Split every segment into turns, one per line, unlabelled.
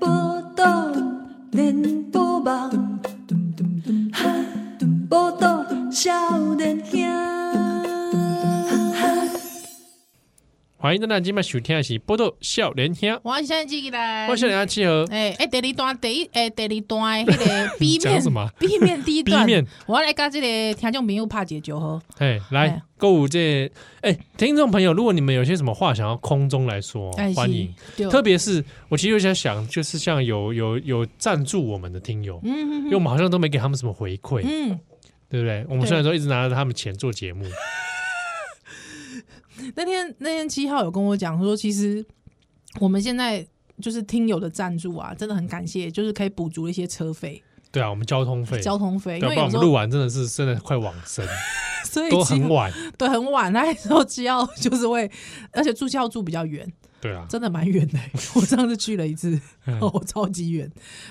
报道连波网，报道少年兄。
欢迎大家今晚收听的是《波多笑连天》，
我现在记起来，
我是梁七和。
哎哎，第二段第一哎第二段迄 个 B
讲
面
什么
B 面第一段
B 面
我要来跟这个听众朋友拍解酒喝。
哎，来
哎
购物这哎，听众朋友，如果你们有些什么话想要空中来说
哎，
欢迎。，
是
特别是我其实有在想，就是像有有有赞助我们的听友，
嗯
因为我们好像都没给他们什么回馈，
嗯，
对不对？我们虽然说一直拿着他们钱做节目，
那天那天七号有跟我讲说，其实我们现在就是听友的赞助啊，真的很感谢，就是可以补足一些车费、
对啊，我们交通费，
交通费，
对啊不
因为
然
有
我
时
们 录
候
完真的是真的快往 生，
所以
都
七
很
号
晚，
对，很晚。那时候七号就是会，而且住校住比较远，
对 啊，嗯
真的蛮远的欸、我上次去了一次，哦，超级远。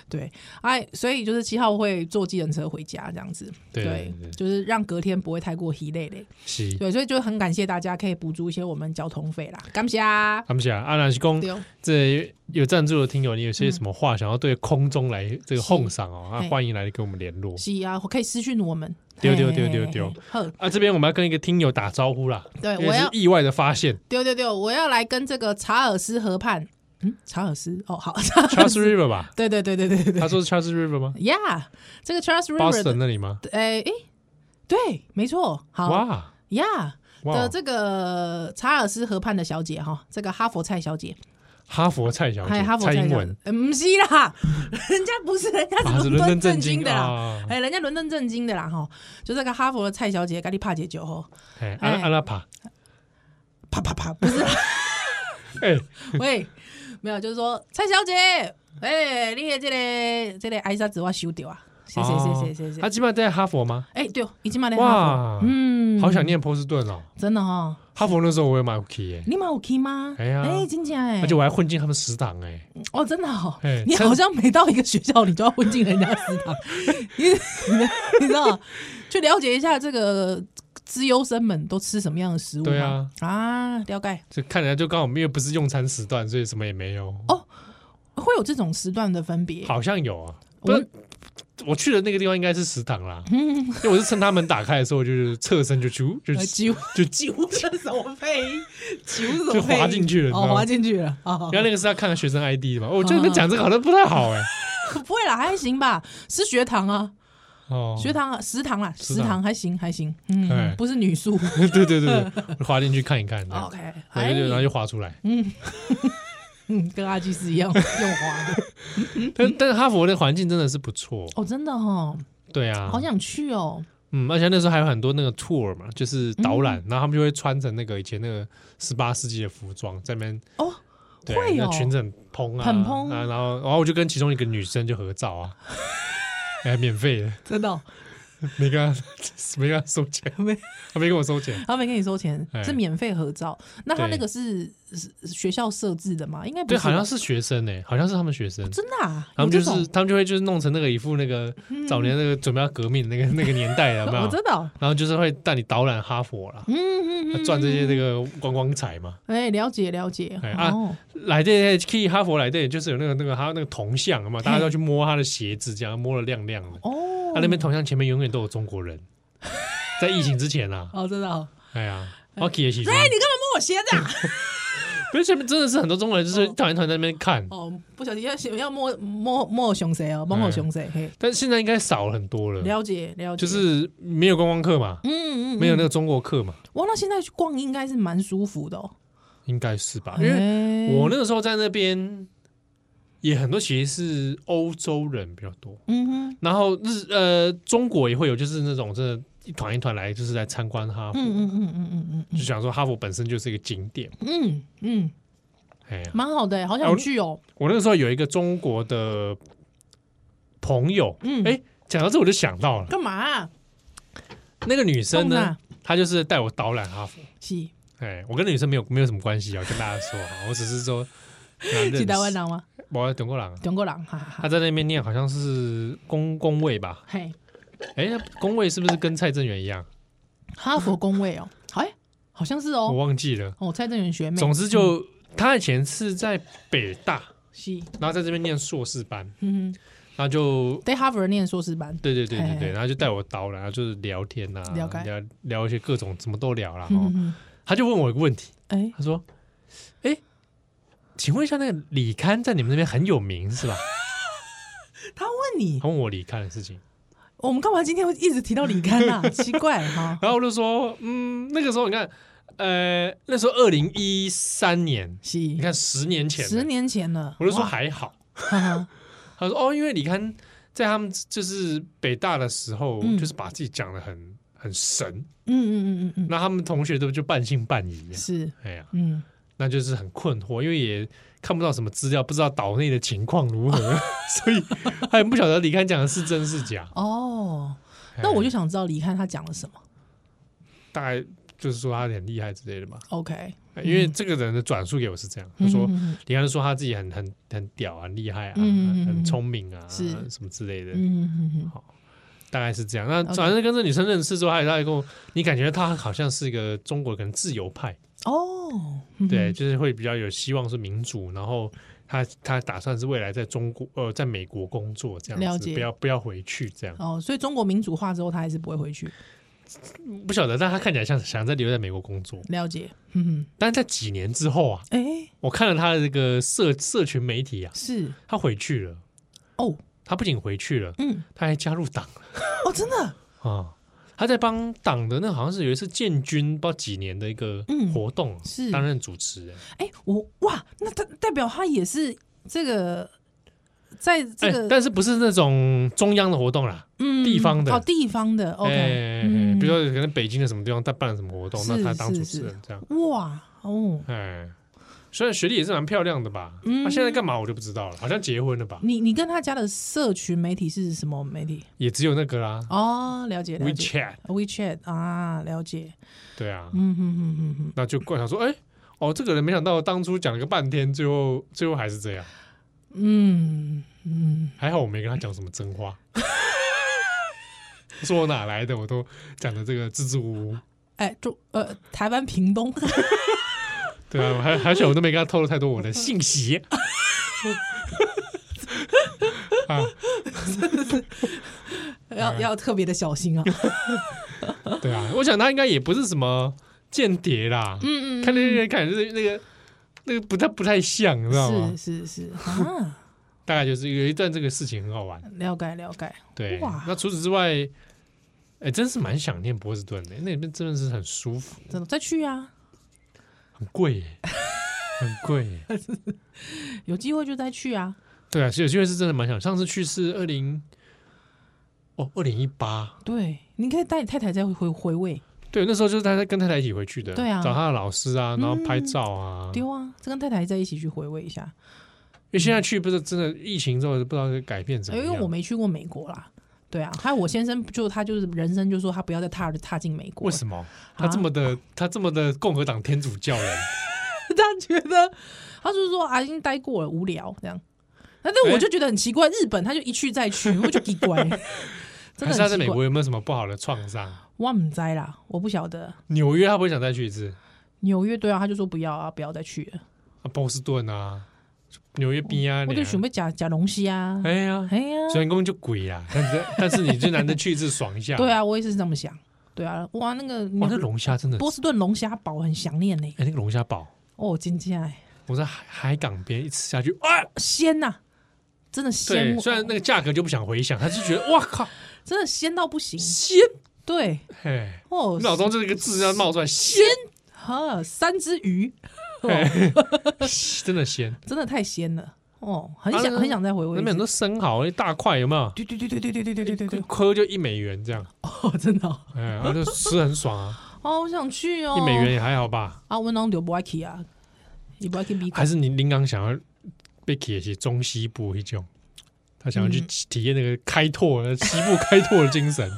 对，哎，所以就是七号会坐计程车回家这样子。
对对对
就是让隔天不会太过疲累嘞。
是。
对，所以就很感谢大家可以补助一些我们交通费啦，感谢啊。
他们想阿兰是公
对哦，
这有赞助的听友，你有些什么话想要对空中来这个
是
哄上哦？那
嗯嘿
欢迎来跟我们联络
是啊，可以私讯我们。
对
嘿
对对对
嘿
对
嘿好，
啊！这边我们要跟一个听友打招呼啦，
对
因为
我
是
要
意外的发 现
对对对，我要来跟这个查尔斯河畔，嗯，查尔斯，哦，好，查尔
，Charles
斯，
River 吧？
对对对对对对对
他说是 Charles River 吗
，Yeah，这个 Charles River
？Boston
的，
那里吗？
哎哎，对，没错，好
哇
，Yeah
哇
的！这个查尔斯河畔的小姐哈，这个哈佛蔡小姐，
哈佛蔡小姐
嗨，哈，佛
蔡
小
英
姐
文，
呃不是啦，人家不是，人家
啊，
是
是
伦
伦敦正
敦正
经
经的啦。
啊！
哎、人家伦敦正经的啦，哈，就这个哈佛的蔡小姐，咖喱帕姐酒吼，
哎，阿拉
哎
阿拉帕，
啪啪啪，不是 啦，
哎，
喂，没有，就是说蔡小姐，哎、你的这个这个艾莎子我收掉啊，谢谢谢谢谢谢，
哦他
哎、
基本上在哈佛吗？
对，哦已经买了哈佛，
啊哇，
嗯，
好想念波士顿哦！
真的哦，
哈佛那时候我也买 key 耶，
你买有 K 吗？
哎呀
真的哎，
而且我还混进他们食堂哎，
哦，真的哦
哎，
你
真
好像每到一个学校，你就要混进人家食 堂，你你你知道，去了解一下这个资优生们都吃什么样的食物吗？
对啊，
啊，了解，
就看起来就刚好因为不是用餐时段，所以什么也没有。
会有这种时段的分别。
好像有啊，
我
不是我去的那个地方应该是食堂 啦，因为我是趁他门打开的时候，就是侧身就啾就
呃
啾
啾
就
揪的什么配音？揪什
就
么配音？
滑进去了你知道
哦，
吗
滑进去了。哦，
然后那个是要看学生 ID 的嘛，哦我觉得你们讲这个好像不太好 哎、
不会啦，还行吧，是学堂啊，
哦，
学堂啊，食堂啦，
食
食
堂
堂还行还行，
哎
嗯，不是女宿。
对对对对，我滑进去看一看，这样
OK，
然
哎
后，就然后就滑出来。
嗯，跟阿基斯一样用滑的。嗯
但但是哈佛的环境真的是不错，
哦，真的哦，
对啊，
好想去哦。
嗯，而且那时候还有很多那个 tour 嘛，就是导览，
嗯
然后他们就会穿着那个以前那个十八世纪的服装在那边。
哦，
对
会
那
哦
裙子很蓬啊，
很蓬
啊，然后然后我就跟其中一个女生就合照 啊，哎，免费的，
真的哦、
没跟他没跟他收钱，
没
他没跟我收钱，
他没跟你收钱
哎，
是免费合照。那他
对
那个是是是学校设置的吗？应 该不
对，
是，
好像是学生哎，好像是他们学生，
真的啊，
他
有
们就
这种嗯
是他们就会就是弄成那个一副那个早年那个准备要革命的那个那个年代的有没
我
有？
知道，
然后就是会带你导览哈佛啦，
嗯嗯嗯，
赚这些这个观光财嘛。
哎，了解了解，
哎啊
哦，
来这去哈佛来这，就是有那个那个他那个铜像嘛，大家都要去摸他的鞋子，这样摸的亮亮的。
哦
他那边铜像前面永远都有中国人，在疫情之前 啊，
哦，真的哦。
哎呀，我去的时
哎、你干嘛摸我鞋子啊？
嗯不是前面真的是很多中国人就是团一团在那边看，
哦，不小心要要摸摸摸我胸谁
哎
哦，摸我胸谁？嘿，
但是现在应该少了很多了，
了解了
嗯
解，
就是没有观光客嘛，
嗯嗯，
没有那
个。
个中国客嘛，
哇，那现在去逛应该是蛮舒服的哦。
应该是吧？因
哎
为我那个时候在那边也很多，其实是欧洲人比较多，
嗯哼，
然后日呃中国也会有，就是那种真的一团一团来，就是来参观哈佛，
嗯嗯嗯嗯嗯
就想说哈佛本身就是一个景点，
嗯嗯嗯，
哎呀，
蛮好的，好想去哦。
我那个时候有一个中国的朋友，
嗯
哎，讲到这我就想到了，
干嘛？
那个女生
动
呢
啊，
她就是带我导览哈佛。
是
哎，我跟女生没有没有什么关系啊，跟大家说哈，我只是 说，
是台湾
人，
人吗？
我中国人，
中国人，哈哈
他
哈。
啊在那边念好像是工工位吧？
嘿，
哎，工位是不是跟蔡正元一样？
哈佛工 位哦，哎，好像是
我
哦。
忘记了。
哦，蔡正元学妹，
总之就
嗯
他以前是在北大，
是，
然后在这边念硕士班，
嗯哼，
然后就
在哈佛念硕士班。
对对对对
哎
对，然后就带我导览，然后就是聊天呐、
了解
聊聊一些各种什么都聊啦。
嗯
哦。
哼，
他就问我一个问题，
哎，
他说：“哎，请问一下，那个李刊在你们那边很有名是吧？”
他问你，哦
他问我李刊的事情。
我们干嘛今天会一直提到李干 啊？奇怪哈，
然后我就说，嗯，那个时候你看，呃，那时候二零一三年，
是，
你看十年前，
十，年前了，
我就说
哇，
还好。
哈哈
他说哦，因为你看，在他们就是北大的时候，
嗯
就是把自己讲的很很神，
嗯嗯嗯嗯
那他们同学都就半信半疑
嗯，
呀、
是，
哎呀，
嗯，
那就是很困惑，因为也看不到什么资料，不知道岛内的情况如 何，所以他也不晓得李刊讲的是真是假。
哦， 那我就想知道李看他讲了什么。
哎大概就是说他很厉害之类的吧，
OK，
因为这个人的转述给我是这样，他说。
嗯
你看他说他自己很很很屌啊，很厉害啊，
嗯嗯嗯嗯
很聪明啊，
是
什么之类的，
嗯嗯，
大概是这样。那
OK
反正跟这女生认识之后，她她也跟我，你感觉她好像是一个中国可能自由派，
哦，
对，就是会比较有希望是民主，然后她她打算是未来在中国呃在美国工作这
了
样子，
解
不要不要回去这样。
哦，所以中国民主化之后，他还是不会回去。嗯
不晓得，但她看起来像想在留在美国工作，
了解，嗯，
但是在几年之后啊，
哎，
我看了她的这个社社群媒体啊，
是
她回去了，
哦，
她不仅回去了，
嗯，
她还加入党了。
哦，真的，
啊，他在帮党的那好像是有一次建军，不知道几年的一个
嗯
活动，啊
是
担任主持人。
哎，我哇，那代代表他也是这个，在这
哎
个
但是不是那种中央的活动啦？
嗯
地方的
哦，地方的
哎哎，哎
，OK，嗯
比如说可能北京的什么地方在办什么活动，那
是
他当主
是
持
是
人这样。
说哇，哦，
哎，虽然学历也是蛮漂亮的吧，
嗯
他、现在干嘛我就不知道了，好像结婚了吧，
你你跟他家的社群媒体是什么媒体？
也只有那个啦
哦，了解了解
，WeChat，
，WeChat 啊，了解，
对啊，
嗯哼哼哼哼，
那就怪想说，哎。哦，这个人没想到当初讲了个半天，最后最后还是这样。
嗯嗯，
还好我没跟他讲什么真 话，说我哪来的我都讲的这个支支吾吾。
哎，中呃，台湾屏 东，
对啊，我还还想我都没跟他透露太多我的信息。啊，
要要特别的小心啊，
对啊，我想他应该也不是什么间谍啦，
嗯
看那个感觉是那个那个不太不太像， 你知道吗
是？是是啊，
大概就是有一段这个事情很好玩。
了解了解，
对
哇，
那除此之外，哎，真是蛮想念波士顿的，那边真的是很舒服，
真的再去啊，
很贵 耶，很贵耶。
有机会就再去啊，
对啊，其实有机会是真的蛮想。上次去是二零，哦，二零一八，
对，你可以带你太太再回回味，
对，那时候就是他跟太太一起回去的，
对啊嗯
找他的老师啊，然后拍照啊。
丢啊，这跟太太在一起去回味一下，
因为现在去不是真的疫情之后不知道改变怎
哎因
么
为
样，
我没去过美国啦。对啊，还有我先生就他就是人生就说他不要再踏踏进美国啊
为，什么他这么的、他这么的共和党天主教人，
他觉得 他就是说啊，已经待过了，无聊这样。但
哎
是我就觉得很奇怪，日本他就一去 再去，我就奇怪，
还
真的
是他在
很奇
美
怪。
国有没有什么不好的创伤？
我唔知啦，我不晓得。
纽约他不会想再去一次
纽约对啊，他就说不要啊，不要再去了。
啊，波士顿啊，纽约边啊，
我就准备假假龙西啊，
哎呀，
哎呀，
虽然公就鬼啊，但是但是你就难得去一次爽一下，
对，啊，我也是这么想。对啊，哇，那个
哇，那龙虾真的，
波士顿龙虾堡很想念呢、
哎，那个龙虾堡，
哦，真的哎，
我在海海港边一吃下去，啊，
鲜呐、真的鲜
对，
哦，
虽然那个价格就不想回想，他就觉得哇靠，
真的鲜到不行。
鲜，
对，
嘿，
哦
我，脑中就这个字要冒出来，鲜，
呵，三只鱼，哦
嘿真的鲜。
真的太鲜了，哦，很
啊
想、
那
很想再回味
那
一
边很
次。
多生蚝，一大块有没有？
对对对对对对对对对对对，
颗就一美元这样，
哦，真的哦，
哎， 然后就吃很爽啊，
哦，我想去哦，
一美元也还好吧。
啊，我拢就不爱去啊，也不爱去美国
还。是你林刚想要被也是中西部一种，他想要去
嗯
体验那个开拓、西部开拓的精 神，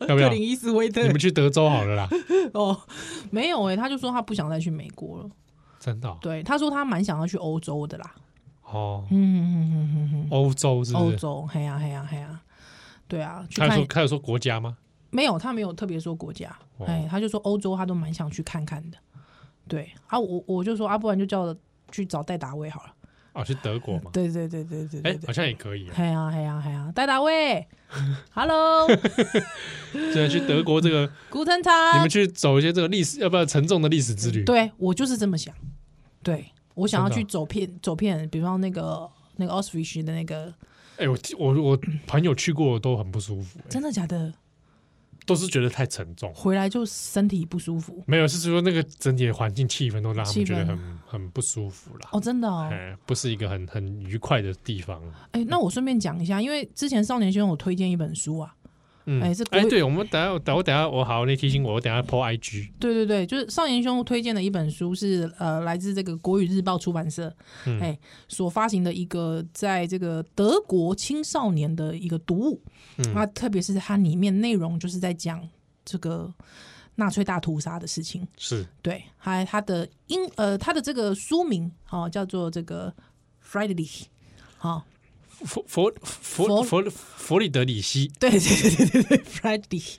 要不
克
要？
林
你
伊斯威特
们去德州好了 啦，
哦，没有哎、他就说他不想再去美国了。
真的哦
对，他说他蛮想要去欧洲的啦。
哦。
嗯嗯嗯嗯
欧洲是不
嗯，欧
是？
洲，嘿呀嘿呀嘿呀，对啊，去
他有
看
说他有说国家吗？
没有，他没有特别说国家，
哦
哎、他就说欧洲他都蛮想去看看的。对啊，我我就说啊，不然就叫去找戴达威好了。
哦，去德国吗？
对对对对对对
哎，
对
好，像也可以啊。
嘿呀嘿呀嘿呀，戴 达威，Hello，
对，啊去德国这个，
古 腾
你
塔
们，去走一些这个历史，要不要沉重的历史之旅？
对我就是这么想，对我想要
真的
去
啊
走遍走遍，比方那个那个 Auschwitz 的那个，
哎，我我我朋友去过都很不舒服，哎
真的假的？
都是觉得太沉重。
回来就身体不舒服
没有，是说那个整体的环境气氛都让他
气
们
氛
觉得很很不舒服啦。
哦，真的哦。
哎，不是一个很很愉快的地方。
哎、那我顺便讲一下，因为之前少年先生有推荐一本书啊，
嗯
哎是不
哎，对，我们等下，我等我等下，我好，你提醒我，我等下 po IG
对对对，就是少年兄推荐的一本书是呃，来自这个国语日报出版社，哎、
嗯
所发行的一个在这个德国青少年的一个读物，
嗯
啊，特别是它里面内容就是在讲这个纳粹大屠杀的事情，
是
对，还它的英呃它的这个书名哦叫做这个 Friedrich，好、哦，
佛佛佛佛佛里德里希，
对对对对对对，Friday，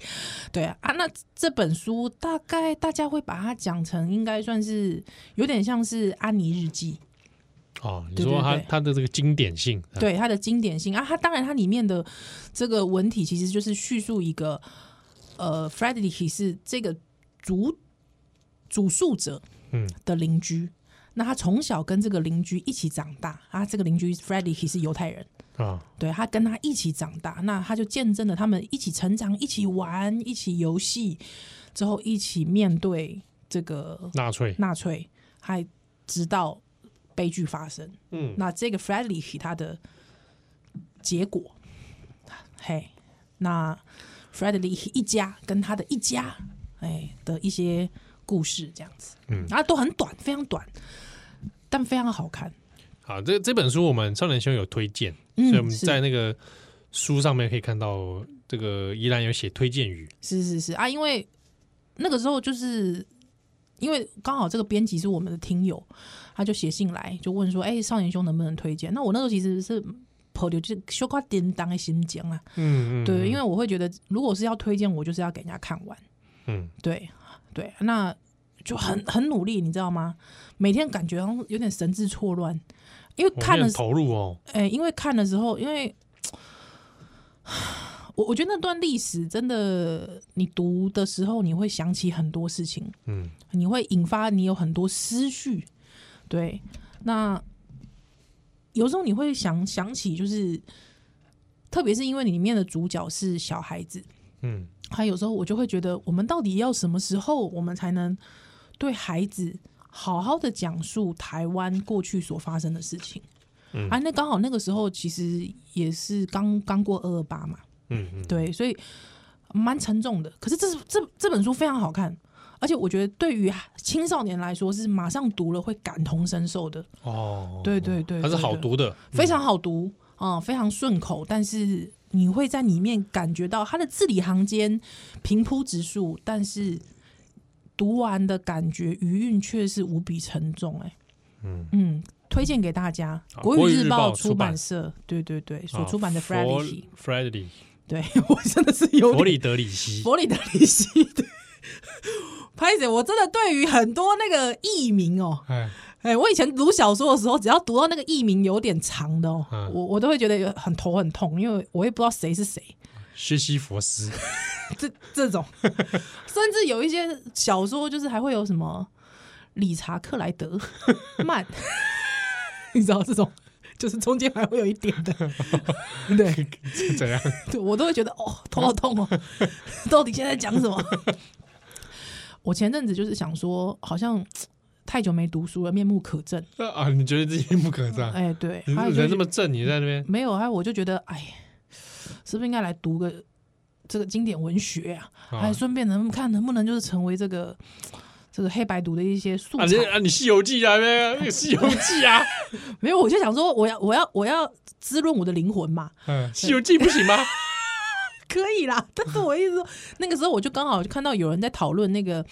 对啊啊，那这本书大概大家会把它讲成，应该算是有点像是安妮日记，
哦，你
对
说
对
他
对
他的这个经典性，啊，
对它的经典性啊，它当然它里面的这个文体其实就是叙述一个呃，Friday 是这个主主述者
嗯
的邻居，那他从小跟这个邻居一起长大啊，这个邻居 Friday 是犹太人。
啊，
对他跟他一起长大，那他就见证了他们一起成长、一起玩、一起游戏，之后一起面对这个
纳粹，
纳粹，还直到悲剧发生。
嗯，
那这个 Freddy 他的结果，嘿，那 Freddy 一家跟他的一家，哎的一些故事这样子，
嗯
然后都很短，非常短，但非常好看。
好，啊这这本书我们少年兄有推荐，
嗯
所以我们
是
在那个书上面可以看到这个依然有写推荐语，
是是是啊，因为那个时候就是因为刚好这个编辑是我们的听友，他就写信来就问说：“哎、少年兄能不能推荐？”那我那时候其实是保留就是羞夸叮当的心情啊，
嗯
对，因
为
为我会觉得如果是要推荐，我就是要给人家看完，
嗯
对对，那就很很努力，你知道吗？每天感觉好像有点神志错乱，因为
我
看
你
了
很投入哦，
哎、因为看的时候，因为 我我觉得那段历史真的，你读的时候你会想起很多事情，
嗯
你会引发你有很多思绪。对，那有时候你会想想起，就是特别是因为里面的主角是小孩子，
嗯
还有时候我就会觉得，我们到底要什么时候，我们才能对孩子好好的讲述台湾过去所发生的事情？
嗯
啊，那刚好那个时候其实也是刚刚过二二八嘛，
嗯嗯，
对，所以蛮沉重的。可是这是这这本书非常好看，而且我觉得对于青少年来说是马上读了会感同身受的，
哦，
对对对
它是
对
好
对
读的，嗯
非常好读啊、非常顺口，但是你会在里面感觉到它的字里行间平铺直述，但是读完的感觉余韵却是无比沉重、哎，
嗯
嗯，推荐给大家，
好
国
国
语
语日
日报
报出
出版
版
社，对对对，所
啊
出版的 f r e d d y
f r e d d y
对 我真的是有
佛
点
里德里希，
佛里德里希。对 拍姐，我真的对于很多那个译名哦，
哎，
哎、我以前读小说的时候，只要读到那个译名有点长的哦，
嗯
我我都会觉得有很头很痛，因为我也不知道谁是谁。
薛西佛 斯，
这这 种，甚至有一些小说就是还会有什么理查克莱德 曼，你知道这种。就是中间还会有一点 的，对
怎样？
对，我都会觉得哦，头好痛哦，到底现在讲什么？ 我前阵子就是想说，好像太久没读书了，面目可憎。
啊，你觉得自己不可战？
哎，对，
你
还有就
人
是
这么正，你在那边
没有啊，我就觉得，哎，是不是应该来读个这个经典文学啊？
啊
哎，顺便能看能不能就是成为这个这个黑白读的一些素
啊，
材。
你啊，你《西游记》啊，那 个《西游记》啊，
没有，我就想说，我要我要我要滋润我的灵魂嘛，
嗯，《西游记》不 行吗？
可以啦。 但是我一直说，那个时候我就刚好看到有人在讨论那个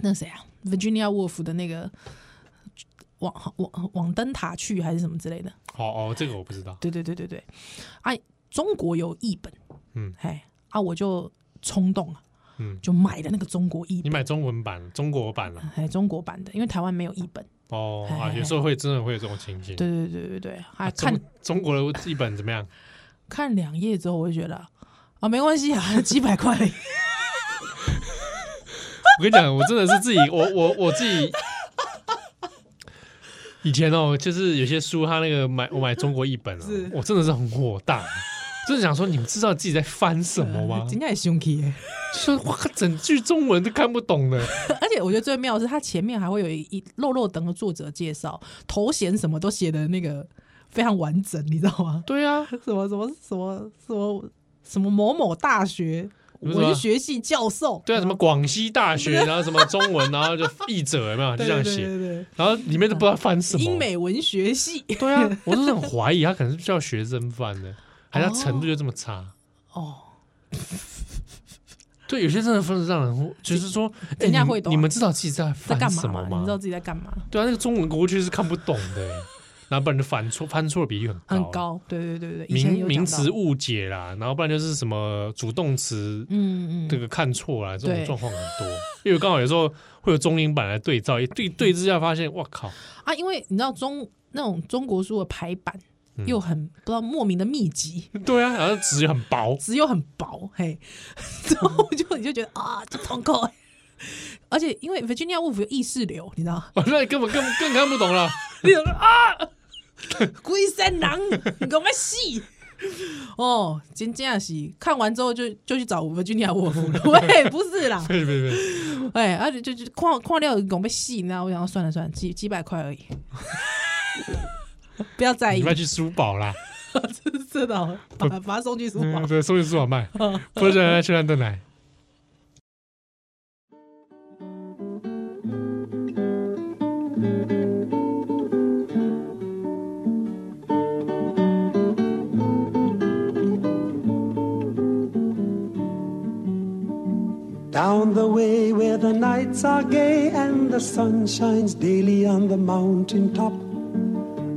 那谁啊，Virginia Woolf 的那个。往往往灯塔去还是什么之类的，
哦哦，这个我不知道。
对对对对对，啊，中国有译本，
嗯，
哎，啊，我就冲动啊，
嗯
就买了那个中国译
你
本，
买中文版、中国版了、
哎，中国版的，因为台湾没有译本。
哦
哎
啊，有时候会真的会有这种情形。
对对对对对，还、
啊，
看
中中国的一本怎么样？
看两页之后，我就觉得啊，没关系啊， 几百块而已，
我跟你讲，我真的是自己，我我我自己。以前哦，就是有些书，他那个买我买中国译本啊
是，
我真的是很火大，就是想说，你们知道自己在翻什么 吗？
真的很凶气耶。
就是哇，整句中文都看不懂的。
而且我觉得最妙的是，它前面还会有一一肉肉等的作者介绍，头衔什么都写的那个非常完整，你知道吗？
对啊，
什么什么什么什么什么某某大学
什么
文学系教授，
对啊，什么广西大 学，然后什么中文，然后就译者有没有就
对
这样
对
写，
对对
然后里面都不知道翻什
对，
么。
英美 文学系
对啊，我都是很怀疑他可能是叫学生犯的，还是他程度就这么差。
哦。
对，有些真的分让人，就是说，哎
人家
你
会懂啊
你们知道自己在
在
翻
干
什
嘛
么
嘛？
吗
你知？道自己在干嘛？
对啊，那个中文国去是看不懂的，欸然后不然就翻错，翻错的比例很高，啊
很。高，对对对对，以前
名
有
名
讲到
词，误解啦，然后不然就是什么主动词
嗯嗯，
这个看错啦，这种
对
状况很多。因为刚好有时候会有中英版来对照，一对对之下发现，哇靠，
啊，因为你知道中那种中国书的排版
嗯
又很、不知道莫名的密集，
对啊，然后纸很薄，
纸又很薄，嘿， 之后就你就觉得啊，这痛苦。而且因为 Virginia Woolf 有意识流，你知道，
哦那根本更更看不懂了。
你有啊，龟山狼，你给我戏。哦，真正是看完之后就就去找 Virginia Woolf 了， 喂，不是啦，
别别别，
哎，而且就就矿矿料拱被戏，那我想说算了算了，几几百块而已， 不要在
你
意，
卖去书宝啦，
知道了把把它送去书
嗯
房。
对，送去书宝 卖，不是来去兰邓来。
Down the way where the nights are gay and the sun shines daily on the mountain top.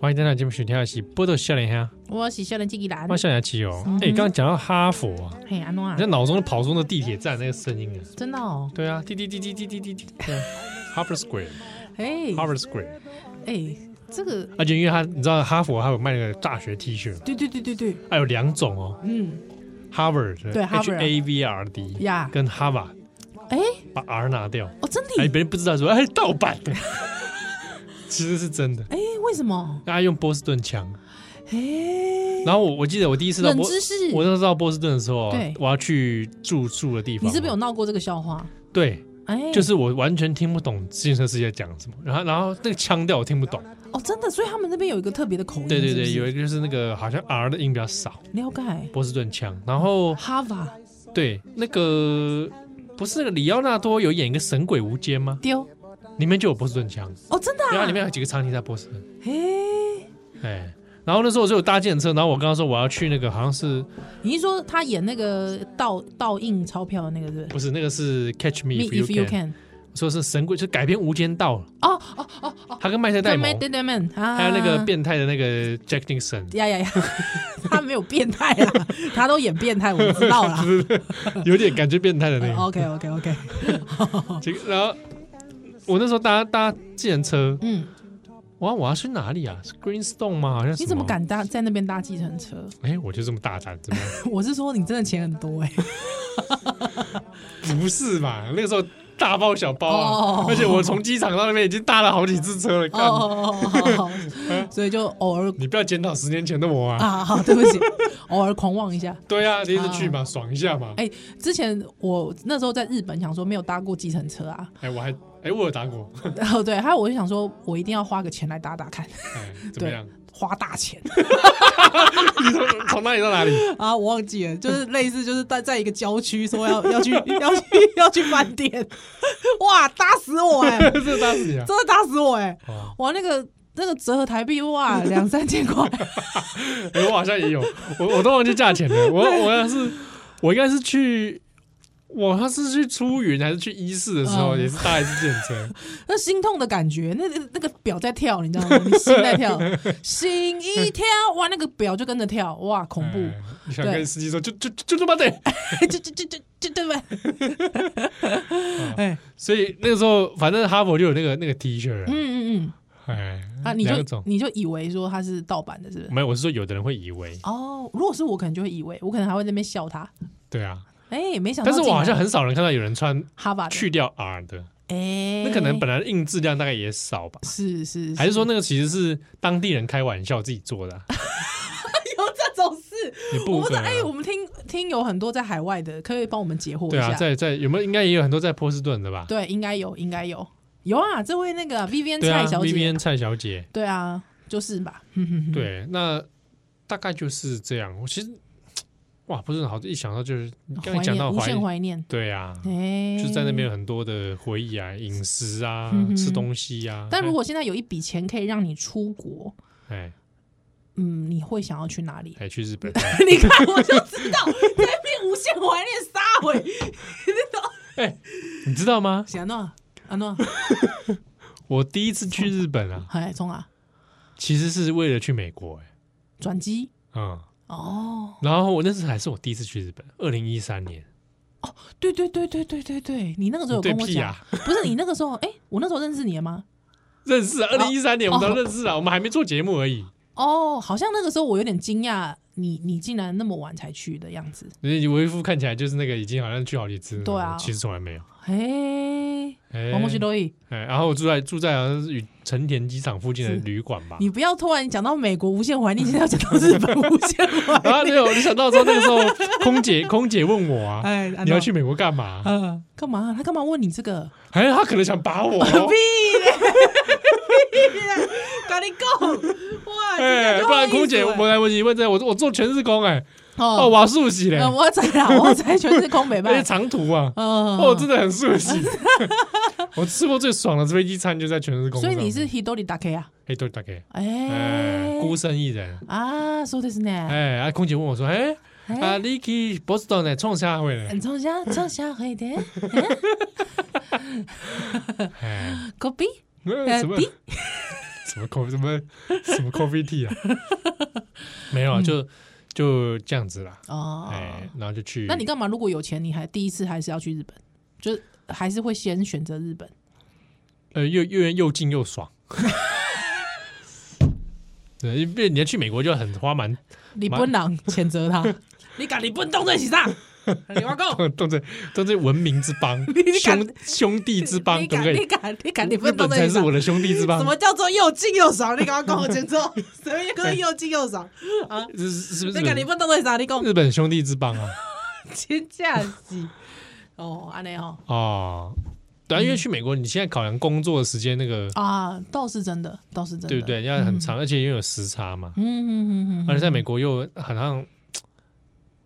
欢迎大家来到节目选听的是波多笑脸虾，
我是小人机器人
欢迎，笑脸七
嗯
哦。哎，刚刚讲到哈佛啊，
嘿，安诺啊
你在，脑中跑出那地铁站那个声音啊，
真的哦，
对啊，滴滴滴滴滴滴滴滴，Harvard Square，Harvard
哎
Square。
哎，这个，
而且因为他，你知道哈佛还有卖那个大学 T 恤，
对对对对对，
还有两种哦
嗯，
，Harvard
对
H
Harvard
A V R D
呀
跟 Harvard
哎，
把 R 拿掉，
哦，真
哎，
的，
别人不知道说哎盗版的， 其实是真的。
哎，为什么？
大家用波士顿腔。
哎，
然后我我记啊得我第一次到
冷
波，
知识，
我那时候到波士顿的时候啊
对，
我要去住宿的地方
你
啊，
是不是有闹过这个笑话？
对，
哎，
就是我完全听不懂自行车司机在讲什么，然后然后那个腔调我听不懂。
哦，真的，所以他们那边有一个特别的口音，
对对对，
是
有
不是
一个就是那个好像 R 的音比较少，
了解，
波士顿腔。然后
哈瓦
对那个不是那个里奥纳多有演一个《神鬼无间》吗？
丢，
里面就有波士顿腔，
哦，真的
然
啊
后里，面有几个场景在波士顿。
哎，
哎，然后那时候我就有搭建车，然后我跟他说我要去那个好像是
你是说他演那个倒倒印钞票的那个是不是
不是那个是 Catch Me
？Me
If You
if you
Can，
can，
说是神鬼，就改编《无间道》
哦
哦哦，他跟麦特戴蒙，
对对对，还
还有那个变态的那个 Jack Nicholson，
呀呀呀，他没有变态啊，他都演变态，我知道啦。
有点感觉变态的那个。
OK OK OK，
结果然后我那时候搭搭计程车，
嗯，
我我要去哪里啊？是 Greenstone 吗？好像是什
你怎么？敢搭在那边搭计程车？
哎，我就这么大胆，怎么样？
我是说你真的钱很多哎、
不是嘛？ 那个时候大包小包啊
哦，
而且我从机场到那边已经搭了好几次车了。
哦
干
哦哦哦，所以就偶尔
你不要检讨十年前的我啊！
啊，好，对不起，偶尔狂妄一下。
对啊，你一直去嘛，爽一下嘛。
哎、之前我那时候在日本想说没有搭过计程车啊，
哎，我还哎，我有打过，
然后对，还有我就想说我一定要花个钱来打打看，
哎，怎么样？
花大钱
你从从哪里到哪里？
啊，我忘记了，就是类似就是在在一个郊区说要要去 要去要去饭店，哇，打死我 哎、
这当时啊，
真的打死我哎、
哦
哇，那个那个折合台币哇两三 千块，
哎，我好像也有，我我都忘记价钱 了。我我要是我应该是去。我好像是去出云还是去伊势的时候，
嗯
也是搭一次电车，
那心痛的感觉，那那那个表在跳，你知道吗？你心 在跳，心一跳，哇，那个表就跟着跳，哇， 恐怖。
哎你想
对
跟司机说就就就就这么得，
就就就就就对吧？哎，
所以那个时候反正哈佛就有那个那个 T 恤啊，
嗯嗯
哎
嗯，啊，你
两
就
种
你就以为说它是盗版的，是不是？
没有，我是说有的人会以为，
哦，如果是我，可能就会以为，我可能还会在那边笑他。
对啊，
哎，没想到
但是
竟然，
我好像很少人看到有人穿
哈巴的，
去掉 R 的，
哎，
那可能本来硬质量大概也少吧，
是是，
还是说那个其实是当地人开玩笑自己做的啊，
有这种事？
也
我
不
不
可
知道，
能
哎，我
啊。
们听听有很多在海外的，可以帮我们解惑
对
一
啊，
下。
在在有没有应该也有很多在波士顿的吧？
对，应该有，应该有，有啊，这位那个 Vivian
对啊
蔡小
，B B
姐，
N 蔡小姐，
对啊，就是吧，哼哼哼，
对，那大概就是这样。我其实哇，不是很好，一想到就是你刚才
哦怀
讲
念，
到
无限
怀，
怀念，
对啊，
哎，
就是在那边有很多的回忆啊，饮食啊
嗯，哼
吃东西啊。
但如果现在有一笔钱可以让你出国，
哎
嗯，你会想要去哪里？
哎去日本，
你看我就知道，这边无限怀念撒回。啊
哎，你知道吗？
是安诺，安诺，
我第一次去日本啊，
哎，从啊，
其实是为了去美国、哎，
转机
嗯，
哦，
然后我那次还是我第一次去日本，二零一三年，
对对对对对对对，你那个时候有
对
跟我
屁
讲，
啊，
不是你那个时候，哎，我那时候认识你了吗？
认识啊，二零一三年
哦
我们都认识啊，我们还没做节目而已，
哦，好像那个时候我有点惊讶，你你竟然那么晚才去的样子，
所以我一副看起来就是那个已经好像去好几次了，
对啊
其实从来没有。
嘿，
哎
王梦琪都已，
哎，然后我住在住在好像是与成田机场附近的
是
旅馆吧。
你不要突然讲到美国无限怀念，现在要讲到日本无限怀
然后
念，
没啊哦有，我就想到说那个时候，空姐空姐问我啊，
哎，安
你要
诺
去美国干嘛？
呃，干嘛？他干嘛问你这个？
哎，她可能想把我哦，
跟你讲，哇，
哎，不然空姐我来问你问这，我我做全日空哎，哦，
欸哦，
瓦数洗嘞，
呃我在啦，我在全是空北
那些
半，
长途啊，
嗯
哦，真的很熟 悉。 我吃过最爽的飞机餐就在全日空上
所以
面，
你是 Hidori 打 K 啊？
哎对大概，哎
哎，
孤身一人，
啊，そうですね。
哎啊空姐问我说，哎啊
哎，
你去 Boston 呢，冲啥回来？
从下从下回的嗯
哎，
copy
呃什么
D
什么 coffee 什么什么 coffee tea 啊？没
嗯
有啊，就就这样子啦。
哦。
哎，然后就去，
那你干嘛？如果有钱，你还第一次还是要去日本，就是还是会先选择日本。
呃又又又近又爽。 对，因为你要去美国就很花蛮
李本郎谴责 他，你敢李本东在起上，你我讲，
都在都在文明之邦
你，敢
兄兄弟之邦，
你
对不
敢
对
你？敢你敢李
日本
本东在
才
起
是
上
我。的兄弟 之邦
什。么叫做又近又爽？你赶快跟我前奏，什么叫做又近 又爽？
是是是不是
那
日
个你
本？
不懂的啥？你讲
日本兄弟之邦啊！
真假是？哦，安尼哦，
哦，对啊，因为去美国，你现在考量工作的时间，那个
嗯啊，倒是真的，倒是真的，嗯
对不对？要很长，而且又有时差嘛。
嗯？嗯嗯嗯
而且在美国又好像，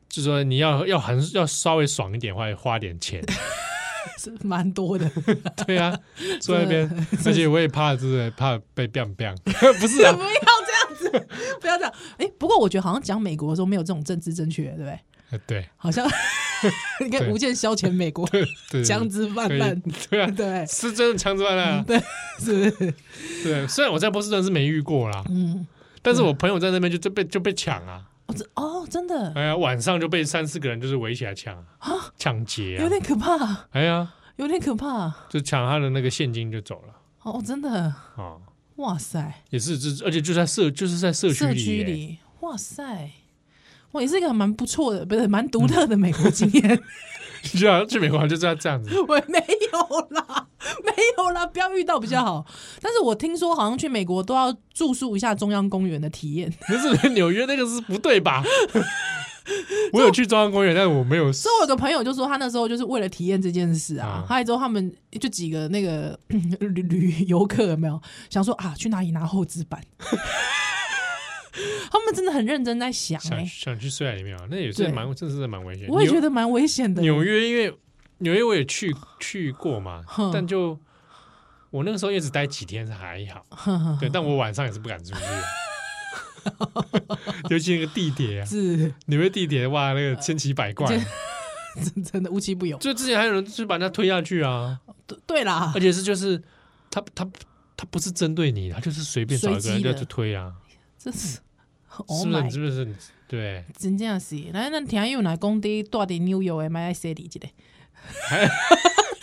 就说你要要很要稍微爽一点，花花点 钱。
嗯，是蛮多的。
对啊，坐在那边，而且我也怕，就是怕被 biang biang。不是
不
啊，
要这样子， 不要这样。哎、不过我觉得好像讲美国的时候没有这种政治正确，对不对？
呃对
好像你看
对
无限消遣美国
对对，
枪支泛
对
滥，
对啊，
对，
是真的枪支泛滥啊。
是不是？
对，虽然我在波士顿是没遇过啦，
嗯，
但是我朋友在那边就就被就被抢啊，
哦，这哦，真的
哎呀，晚上就被三四个人就是围起来抢啊，抢劫啊
有，点可怕，
哎呀，
有点可怕。
就抢他的那个现金就走了
哦，真的，
啊，
哇塞，
也是，这而且就在社就是在社区
社
里
区
耶，
里，哇塞。哇，也是一个蛮不错的，不是蛮独特的美国经验。
是啊，去美国就是要这样子，
我没有啦，没有啦，不要遇到比较好。但是我听说好像去美国都要住宿一下中央公园的体验，
可是纽约那个是不对 吧？我有去中央公园，但我没有
所以我有个朋友就说，他那时候就是为了体验这件事啊
啊，
他来之后他们就几个那个 旅旅游客有没有想说啊，去哪里拿厚纸板？ 他们真的很认真在想哎、
想想去睡在里面啊，那也是
对
蛮，真的是蛮危险。
我也
纽
觉得蛮危险的。
纽约，因为纽约我也去去过嘛
哼，
但就我那个时候也只待几天，还好。对，但我晚上也是不敢出去 的，尤其那个地铁啊，
是
纽约地铁哇，那个千奇百怪。
真真真的无奇不有。
就之前还有人去把人家推下去啊，
对对啦
而，且是就是他他他不是针对你，他就是随便找一个
随
人
机
就
的
去推啊，
这是
是
Oh
不是？
my，
是不是？ 对，
真正是。来，咱听友来讲伫住伫纽约的，买来西里一个。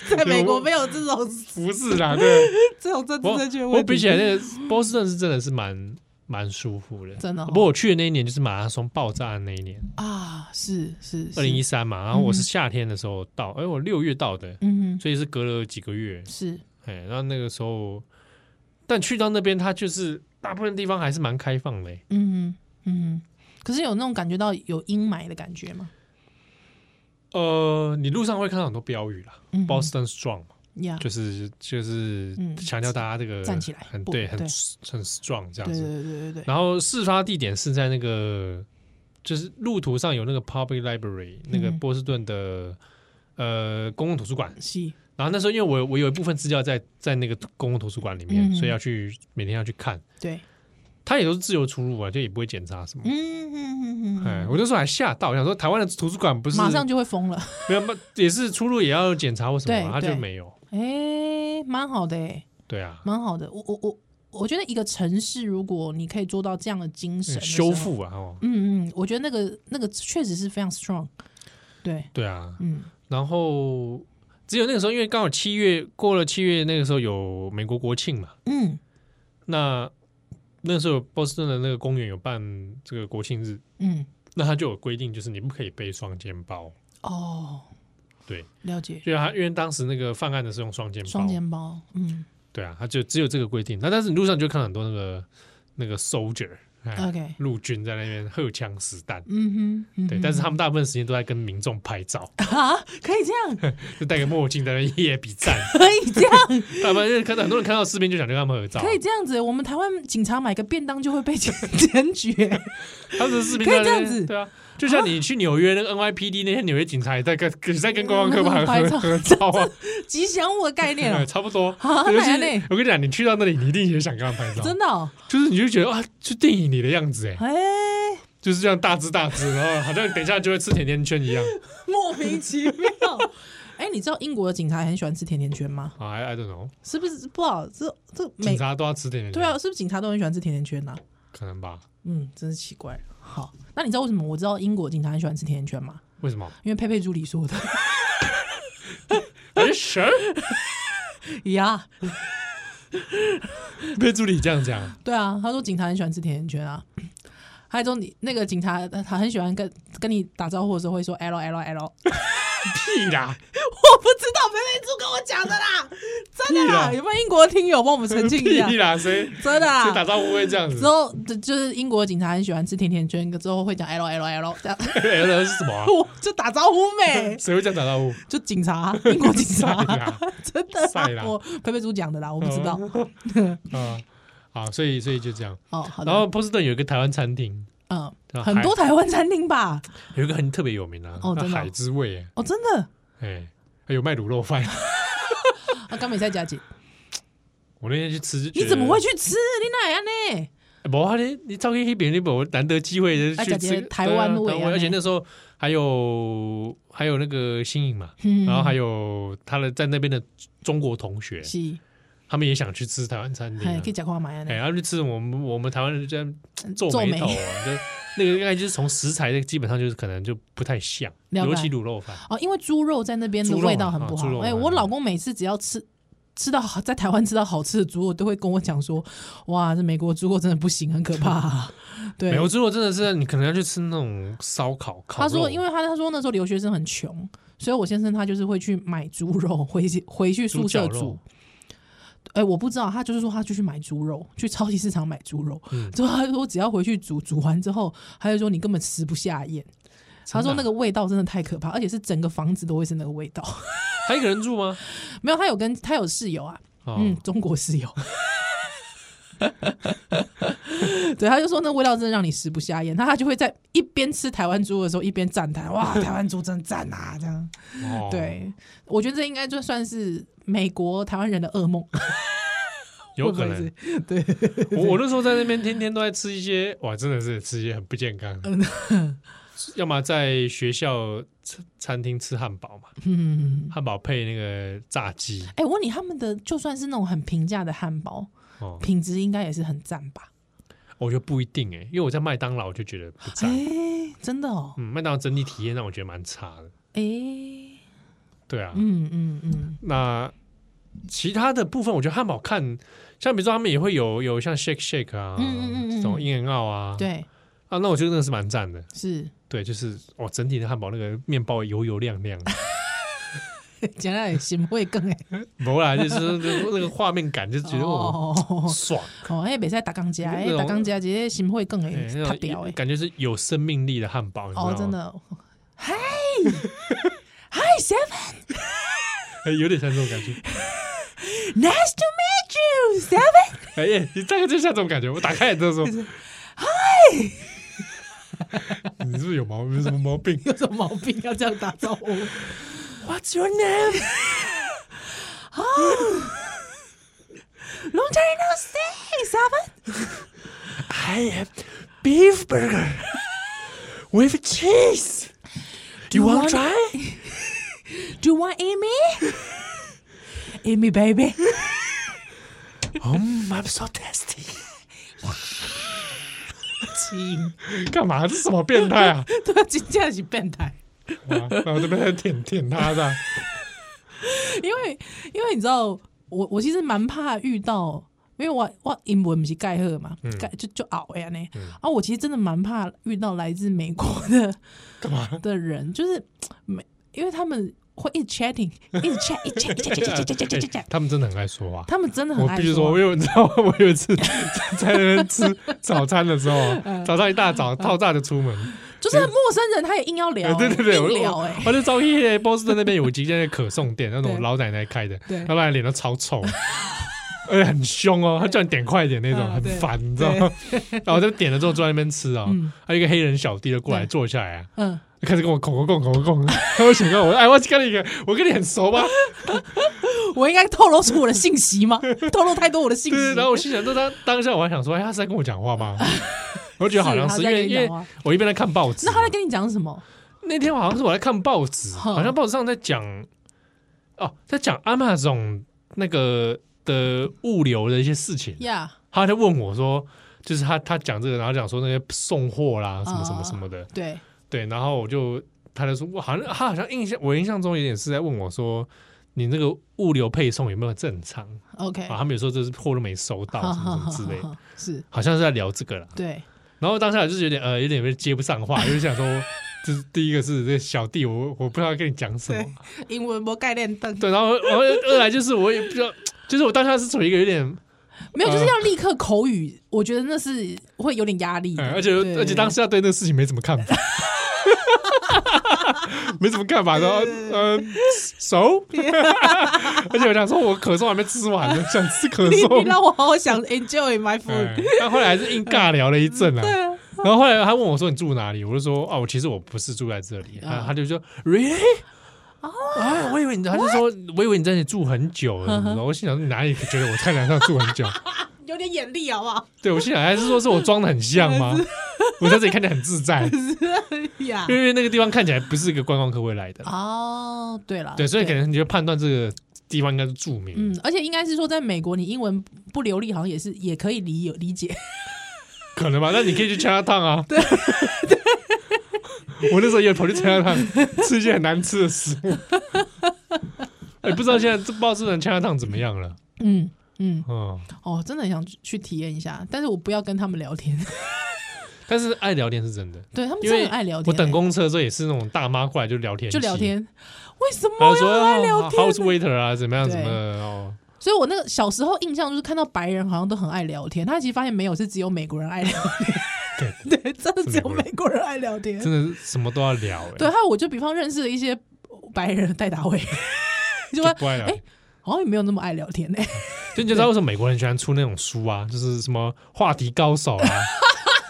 在美国没有这种
不是啦，对。
这种政治
我
正确
我
问题。
比起来，那个波士顿是真的是蛮蛮舒服的，
真的哦
不过我去的那一年就是马拉松爆炸的那一年，
啊，是是嗯
二零一
是
三嘛，然后我是夏天的时候到，哎、我六月到的，
嗯哼，
所以是隔了几个月，
是
哎，然后那个时候，但去到那边，它就是大部分地方还是蛮开放的、哎
嗯哼嗯哼。可是有那种感觉到有阴霾的感觉吗？
呃，你路上会看到很多标语啦、
嗯哼
b o s t o n Strong 嘛，
呀，
就是就是
嗯
强调大家这个
站起来
很
不
对，很
对
很 strong 这样
对
子。
对对对对，
然后事发地点是在那个，就是路途上有那个 Public Library，那个
嗯
波士顿的、呃公共图书馆。
是
然后那时候因为我我有一部分资料在在那个公共图书馆里面，
嗯
所以要去每天要去看。
对，
它也都是自由出入啊，就也不会检查什么。
嗯嗯嗯
哎，
嗯，
我那时候还吓到，我想说台湾的图书馆不是
马上就会疯了，
没有， 也是出入也要检查或什么
对
嘛，它就
对
没有。
哎，蛮好的哎，
对啊，
蛮好的。我我我我觉得一个城市，如果你可以做到这样的精神的时候
修，复啊，哦，
嗯嗯，我觉得那个那个确实是非常 strong，对，
对啊，
嗯
然后只有那个时候，因为刚好七月过了七月，那个时候有美国国庆嘛，
嗯
那那时候波士顿的那个公园有办这个国庆日，
嗯，
那他就有规定，就是你不可以背双肩包。
哦，
对，
了解，
因为他因为当时那个犯案的是用双肩包，
双肩包，嗯
对啊，他就只有这个规定。那但是你路上就看到很多那个那个 soldier，哎，
，OK，
陆军在那边荷枪实弹。
嗯哼，嗯
对，
哼
但是他们大部分时间都在跟民众拍照，
啊，可以这样，
就戴个墨镜在那边野比 战。
可以这样，
大部分看到很多人看到士兵就想跟他们合照，啊
可以这样子。我们台湾警察买个便当就会被检检举，
他们的视频
可以
在那边
这样子哦
对啊，就像你去纽约那个 NYPD 那些纽约警察也在跟也在跟观光客
嗯
拍合
拍照
合 照啊，
吉祥物的概念
对
啊，
差不多。
啊
尤其
还有嘞
我跟你讲，你去到那里，你一定也想跟他拍照，
真的哦，
就是你就觉得啊，就电影里的样子哎，
哎，
就是这样大只大只，然后好像等一下就会吃甜甜圈 一样。
莫名其 妙。哎，你知道英国的警察很喜欢吃甜甜圈吗？
啊，I I don't know，
是不是不好？这这
警
美
察都要吃甜甜圈，
对啊，，是不是警察都很喜欢吃甜甜圈呐、啊？
可能吧？
嗯，真是奇怪。好，那你知道为什么我知道英国警察很喜欢吃甜甜圈吗？
为什么？
因为佩佩猪里说的
哎，神
呀
被助理这样讲，
对啊，他说警察很喜欢吃甜甜圈啊。 还有种你那个警察，他他很喜欢跟跟你打招呼的时候会说 L L L，我
屁啦，
不知道佩佩猪跟我讲的啦，真的
屁啦啊
啦，有没有英国听友帮我们澄清一下？啊
屁啊啦，谁谁
真的
打
啦。
招呼会这样子
之？ 后就就是英国警察很喜欢吃甜甜圈，之后会讲 L L L 这 样，
L 是什么啊？
我就打招呼没，
谁会这样打招呼？
就警察，英国 警察
晒啦，
真的
晒啦
啦，我佩佩猪讲的啦，我不知道
啊，好，所以所以就这样。
哦。好的
然后波士顿有一个台湾餐厅，
嗯，
然后
很多台湾餐厅吧？
有一个很特别有名的、啊，
哦
叫
真的哦
海之味，
哦，真的，
哎，还有卖卤肉饭。
啊，刚美在家姐，
我那天去吃，就觉得
你怎么会？去吃？你哪样呢？
哎不啊，你你照片黑边，你不难得机会就
啊
去
吃
吃
台湾
对啊
味
台
啊
而且那时候还有还有那个新颖嘛，
嗯
然后还有他的在那边的中国同学，
是，
他们也想去吃台湾餐厅
哎，
啊
可以，讲话买
哎，
呢，
然后就吃我们我们台湾人就在皱
皱
眉
眉
头啊，就那个应该就是从食材的基本上就是可能就不太像，
了解
尤其卤肉饭，
哦，因为猪肉在那边的
猪肉
味道很不
啊猪肉
好。
很
哎，
不好
我老公每次只要吃吃到好在台湾吃到好吃的猪肉，都会跟我讲说，哇，这美国猪肉真的不行，很可 怕啊。对
美，国猪肉真的是你可能要去吃那种烧烤烤
他
肉，
说，因为他他说那时候留学生很穷，所以我先生他就是会去买猪肉回去回去
猪
宿舍
脚
煮
肉。
哎、我不知道，他就是说他就去买猪肉，去超级市场买猪肉。
嗯
之后他说只要回去煮，煮完之后，他就说你根本食不下咽。他
啊
说那个味道真的太可怕，而且是整个房子都会是那个味道。
啊他一个人住吗？
没有，他有跟他有室友啊，
哦
嗯，中国室友。 对，他就说那味道真的让你食不下咽，那他就会在一边吃台湾猪的时候一边赞叹，哇，台湾猪真赞啊，这样。
哦，
对，我觉得这应该就算是美国台湾人的噩梦，
哦有可能
会。不会是对，
我我那时候在那边天天都在吃一些，哇，真的是吃一些很不健康的，
嗯
要么在学校餐餐厅吃汉堡嘛，
嗯。
汉堡配那个炸鸡
哎、我问你，他们的就算是那种很平价的汉堡，
哦，
品质应该也是很赞吧？
我觉得不一定哎、因为我在麦当劳就觉得不
哎、
赞，
真的哦，
嗯，麦当劳整体体验让我觉得蛮差的，
哎、
对啊，
嗯嗯嗯，
那其他的部分我觉得汉堡看，像比如说他们也会有有像 Shake Shake 啊，
嗯嗯嗯嗯
这种 In and Out 啊，
对，
啊，那我觉得那个是蛮赞的，
是。
对，就是哦，整体的汉堡那个面包油油亮 亮的。
讲来行会更哎，
不啦，就是那个那个画面感，就觉得我
哦
爽，
哦，哎，北赛打钢架，哎
那，种
打钢架，直接行会更哎
哎，那
他
种
屌哎，
感觉是有生命力的汉堡，你知道吗
哦，真，的，嗨嗨，Seven，nice
哎有点像这种感觉。
to meet you，Seven，
哎耶，你大概就像这种感觉。我打开来的 时候，嗨，你是不是有毛？有什么毛病
有什么毛病要这样打招呼？
？What's your name？
Oh, 龙家人都 say Seven，
I have beef burger with cheese. Do you want to try?
Do you want Amy？Amy baby，
嗯，I'm so tasty.
亲，
干嘛？这什么变态啊？
对，真正是变态。
哇然啊后这边还舔舔他 的，
因为因为你知道，我我其实蛮怕遇到，因为我我英文不是盖赫嘛，
嗯
盖、就就熬呀呢。啊，我其实真的蛮怕遇到来自美国的
干嘛？
的人，就是美，因为他们会一直 chatting，一直 chat，一直 chat，一直 chat，一直 chat，一直 chat，一直 chat。
哎他们真的很爱说话。
他们真的很
我
爱
必须说，我有你知道吗， 我有一次在那边吃早餐的时候，啊
嗯
早上一大早套炸就出门，
就是陌生人他也硬要聊、
哎 对对对，我
硬聊哎、
我就招黑波士顿那边有一间可颂店，那种
对
老奶奶开的，
对
老奶奶脸都超臭。 而且很凶哦，他叫你点快一点那种，
嗯
很
对嗯
烦，你知道吗？ 然后我就点了之后坐在那边吃啊，还有一个黑人小弟就过来
对
坐下来啊，
嗯，
开始跟我口口供口口供，他会想到 我，哎，我跟你一个，我跟你很熟吗？
我应该透露出我的信息 吗？透露太多我的信
对，
息。
然后我心想，那他当下我还想说，哎，他是在跟我讲话 吗？我就觉得好像是，
是
因
他在
为
跟你
因
讲
为
话
我一边在看报纸
那
嘛，
他在跟你讲什么？
那天好像是我在看报纸，
哼
好像报纸上在讲，哦，在讲 Amazon 那个的物流的一些事情，
呀、
他在问我说。就是他，他讲这个，然后讲说那些送货啦，什么什么什么的，
yeah,，对，
对，然后我就，他就说，我好像他好像印象，我印象中有点是在问我说，你那个物流配送有没有正常
OK，
啊？他们有时候就是货都没收到，什么什么之类 的，，
是，
好像是在聊这个啦。
对，
然后当下就是有点呃，有点被接不上话，就是想 说，就是第一个是这小弟，我我不知道跟你讲什么，
英文没概念灯，
对，然后然后二来就是我也不知道，就是我当下是处于一个有点，
没有，
呃
就是要立刻口语，我觉得那是会有点压力的
嗯、而且
对
而且当下对那个事情没什么 看法，没什么看法，然后呃熟， 而且我想说我可颂还没吃完呢，想吃可
你
颂
你，让我好好想 enjoy my
嗯
food，
但后来还是硬尬聊了一阵啊。然后后来他问我说：“你住哪里？”我就说：“哦，我其实我不是住在这里。他”他就说：“Really？” 啊，我以为你，他就说，我以为你在这里住很久了。什么的我心想说，你哪里觉得我在南上住很久？
有点眼力好不好？
对我心想还哎是说是我装的很像 吗？我在这里看起来很自 在，
呀
因为那个地方看起来不是一个观光客会来的，
哦，对了，
对，所以可能你就判断这个地方应该是著名。
嗯，而且应该是说，在美国你英文不流利，好像也是也可以理理解。
可能吧？那你可以去 China Town 啊。对我那时候也跑去 China Town 吃一些很难吃的食 物。哎、不知道现在这不知道这人 China Town 怎么样了？
嗯嗯，
嗯，
哦，真的很想去去体验一下，但是我不要跟他们聊天。
但是爱聊天是真的，
对他们
因
真的
为
很爱聊天、欸
我等公车的时候也是那种大妈过来就聊天，
就聊，天，为什
然后
么
说
要爱聊
h o u s
天
e？waiter 啊，怎么样
对
怎么的哦，
所以我那个小时候印象就是看到白人好像都很爱聊天，他其实发现没有，是只有美国人爱聊天。对真的只有美国人爱聊天。
真的是什么都要聊、哎
对，还有我就比方认识了一些白人的戴达伟， 就说
就不爱聊天。
好像也没有那么爱聊天欸呢、
就你就知道为什么美国人喜欢出那种书啊，就是什么话题高手 啊，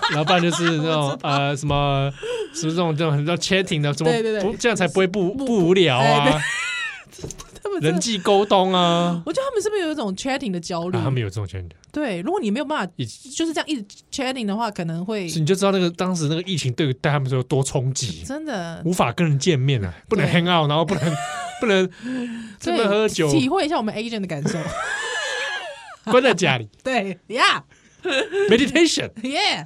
然后不然就是那种呃什么什么这种这种很叫 chatting 的，什么
对对对
不这样才不会不不无聊
哎
啊，
他们真
人
的，
际沟通啊，
我觉得他们是不是有一种 chatting 的焦
啊
虑？
他们有这种 c h a t
对，如果你没有办法
以
就是这样一直 chatting 的话，可能会
你就知道那个当时那个疫情对对他们说有多冲击，
真的
无法跟人见面啊，不能
对
hang out，然后不 能不能不
对
能喝酒，
体会一下我们 agent 的感受。
关在家里
对，yeah
meditation。
yeah。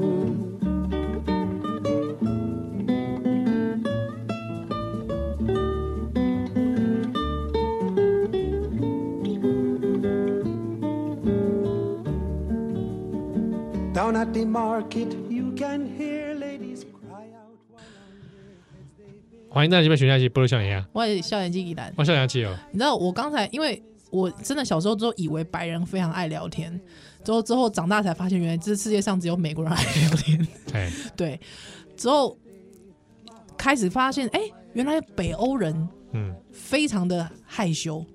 Down at the market, you can hear ladies cry out. while
欢
on their heads they
迎大家这边选下去，菠萝笑脸啊，
我也笑颜记忆兰，
我笑脸气哦，
你知道我刚才因为我真的小时候之后以为白人非常爱聊天，之后之后长大才发现，原来这世界上只有美国人爱聊天。
哎，
对，之后开始发现，哎、原来北欧人
嗯
非常的害羞，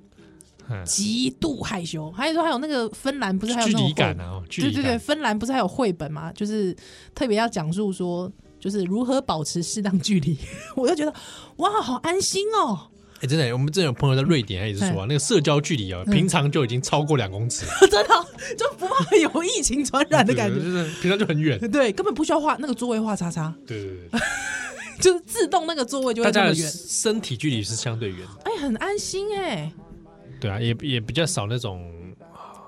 嗯，
极度害羞。还有说还有那个芬兰不是还有
距
那种
离感
绘
啊，哦距
对
离
对
感，
对，芬兰不是还有绘本嘛？就是特别要讲述说，就是如何保持适当距离。 我就觉得哇，好安心哦，
哎、真的欸，我们之前有朋友在瑞典，他也是说、啊，那个社交距离哦，
嗯
平常就已经超过两公 尺
真的哦就不怕有疫情传染的感
对
觉。
就是平常就很 远。
对，根本不需要画那个座位画叉叉，
对对对，
就是自动那个座位就
大
会那
家
么
的
远。
身体距离是相对远的。
哎，很安心哎、
对啊，也也比较少那种，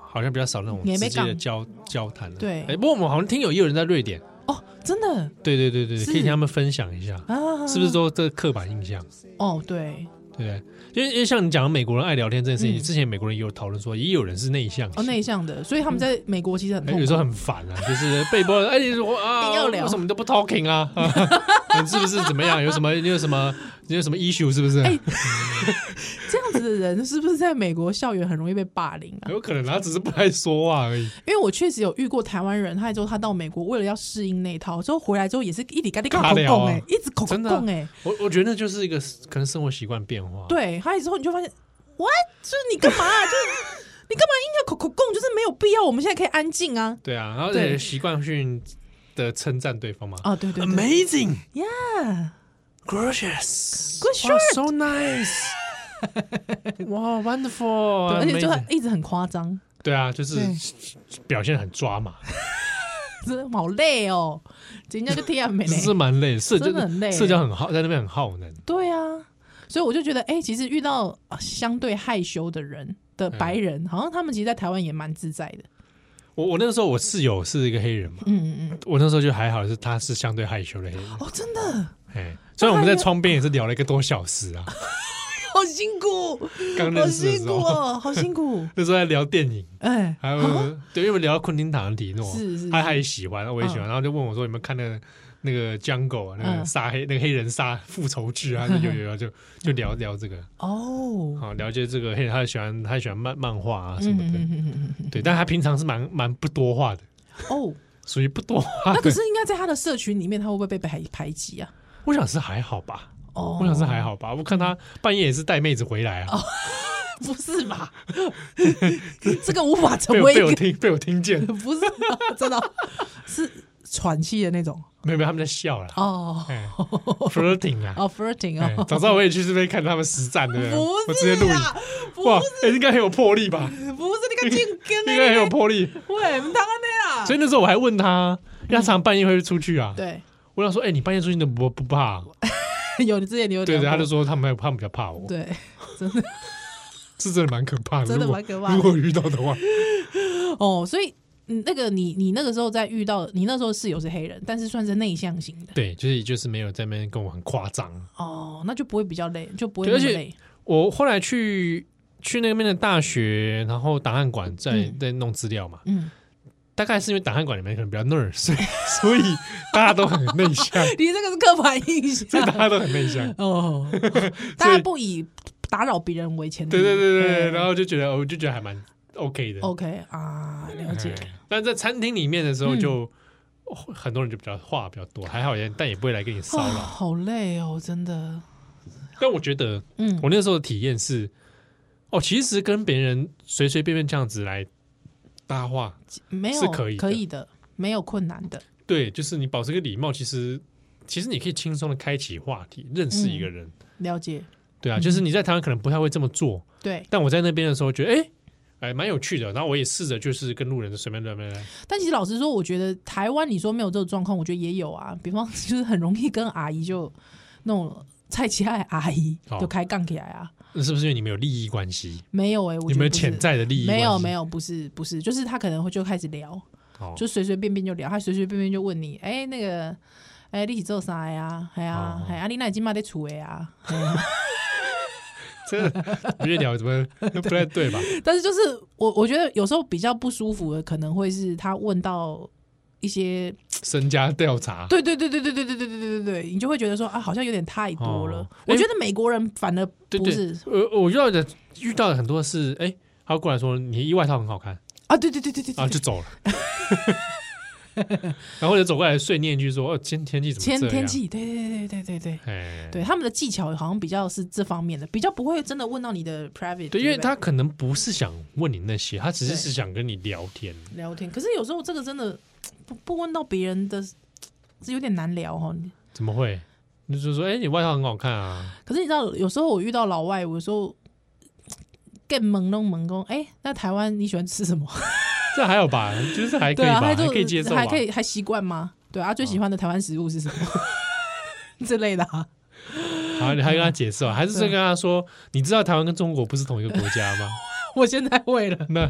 好像比较少那种
也没
直接的
杠
交交谈、啊。
对
哎、不过我们好像听友也有人在瑞典。
哦，真的
对对对对，
是
可以听他们分享一下，
啊，
是不是？说这个刻板印象？
哦，对，
对不对？因为因为像你讲的美国人爱聊天这件事情，
嗯
之前美国人也有讨论说，也有人是内向型
哦，内向的，所以他们在美国其实很
哎
痛苦。
有时候很烦啊， 就是被迫哎，你说
一
啊，
定要聊
为什么你都不 talking 啊？ 啊你是不是怎么样？有什么你有什么你有什么 issue 是不是？
哎这样子的人是不是在美国校园很容易被霸凌啊？
有可能他只是不爱说话而已。
因为我确实有遇过台湾人，他之后他到美国，为了要适应那一套，之后回来之后也是一直跟你
尬
口
聊
供
啊
哎，一直口
真的啊
供哎，
我我觉得那就是一个可能生活习惯变化。，
对，他之后你就发现，what？就是你干嘛啊？就是你干嘛硬要口口供？就是没有必要，我们现在可以安静啊。
对啊，然后
对
也习惯性的称赞对方嘛。
啊，对对对
Amazing,
，Yeah，
gorgeous,
Good
Wow, so nice. 哇、
对
wow,，wonderful！
而且就
啊 amazing
很一直很夸张，
对啊，就是
对哎
表现得很抓嘛，
真的好累哦，人家就天美
只是蛮累，社交
真的很累
社交很耗，在那边很耗能。
对啊，所以我就觉得，哎、其实遇到呃相对害羞的人的白
嗯
人，好像他们其实，在台湾也蛮自在的。
我我那个时候我室友是一个黑人嘛，
嗯嗯嗯，
我那时候就还好，是他是相对害羞的黑人，
哦，真的
哎，虽然我们在窗边也是聊了一个多小时啊，
好辛苦，
刚
好
认识的
辛
时
苦
候，
哦，好辛苦。
那时候在聊电影，
哎、
还有对，因为我们聊到昆汀塔伦提诺，
是是是
他他也喜欢，我也喜欢，然后就问我说有没有看那个那个 Jungle 啊，那个
嗯
杀黑、那个黑人杀复仇剧啊， 有有有就就聊聊这个，
哦，
好了解这个黑人，他喜欢他喜欢漫漫画啊什
嗯
么
嗯
的，
嗯嗯嗯嗯
对，但他平常是蛮蛮不多话的，
哦，
属于不多话
那
的。
啊可是应该在他的社群里面，他会不会被排排挤啊？
我想是还好吧，
哦，
我想是还好吧，我看他半夜也是带妹子回来啊，
不是吧？ 这个无法成
被我
为一
被我
个，
听被我听见，
不 是吧真的哦是喘气的那种
没有没有他们在笑啦。
哦
哎 flirting 啊，
哦，flirting
哎
哦，
早知道我也去这边看他们实战的，我
不
直接
是
录
啊
影，，
不
哇，哎应该很有魄力吧？
不是那个进跟
应该很
那
有
个，
魄力。
喂，唔当安尼啊，
所以那时候我还问他，因为他常半夜会出去啊。
对，
我想说，哎、你半夜出去你都不不怕？啊
有你之前你有
对
聊
对，
过
他就说他们他们比较怕我，
对，真的
是真的蛮可怕的。
真的
如果
蛮可怕的
如果遇到的话，
哦，所以嗯那个你你那个时候在遇到你那时候室友是黑人，但是算是内向型的
对，就是就是没有在那边跟我很夸张。
哦，那就不会比较累，就不会
对
那
而
么
且
累
我后来去去那边的大学，然后档案馆在、
嗯
在弄资料嘛，
嗯，
大概是因为档案馆里面可能比较 nerd，所以 所以大家都很内 向，
你这个是刻板印
所以大
象
家都很内向。
哦，大家不以打扰别人为前提，
对对对对，对
嗯
然后就觉得我就觉得还蛮 OK 的。
OK 啊，了解，
哎但在餐厅里面的时候就，
嗯
哦很多人就比较话比较多，还好也，但也不会来跟你骚
啊，
扰。
好累哦，真的，
但我觉得
嗯，
我那时候的体验是，哦，其实跟别人随随便便这样子来搭话，
没有
是可以的
可以的，没有困难的，
对，就是你保持个礼貌，其实其实你可以轻松的开启话题，认识一
嗯
个人。
了解，
对
嗯
啊，就是你在台湾可能不太会这么做，
对，
但我在那边的时候觉得，哎，哎，蛮有趣的。然后我也试着就是跟路人随便乱乱来，
但其实老实说，我觉得台湾你说没有这个状况，我觉得也有啊。比方就是很容易跟阿姨就那种菜奇爱阿姨
哦
就开杠起来啊。
那是不是因为你们有利益关系？
没有哎、我
有
觉得
没有
不是
潜在的利益关
没
系？
有没有，不是不是，就是他可能会就开始聊，
哦，
就随随便便就聊，他随随便便就问你，哎、那个，哎、你一起做啥呀？哎呀
哦，
哎、啊，你那已经嘛在厝的啊呀、
这越聊怎么不太对吧？
但是就是我我觉得有时候比较不舒服的，可能会是他问到一些
身家调查，
对对对对对对对对对对对对，你就会觉得说啊，好像有点太多了。
哦
我
诶
觉得美国人反而
对
不是
呃，我遇到的遇到的很多是，哎、他过来说你衣外套很好看，
啊，对对对对对
然后
对，
就 走了，然后就走过来碎念一句说，哦，今天天气怎么
天
这样？
天，气，对对对对对对对。
哎，
对他们的技巧好像比较是这方面的，比较不会真的问到你的 private 不。
对，因为他可能不是想问你那些，他只是
对
是想跟你聊天。
聊天，可是有时候这个真的不不问到别人的，这有点难聊哦。
怎么会？你就说，哎、你外套很好看啊，
可是你知道，有时候我遇到老外，我有时候更懵弄懵工，哎，那台湾你喜欢吃什么？
这还好吧？就是还可
对
以
啊，
吧，
他就
还可以接受哦吧
还。可以还习惯吗？对啊，最喜欢的台湾食物是什么、 之类的、啊？
好，你还跟他解
嗯
释、哦，还是在跟他说，你知道台湾跟中国不是同一个国家吗？
我现在会了，
那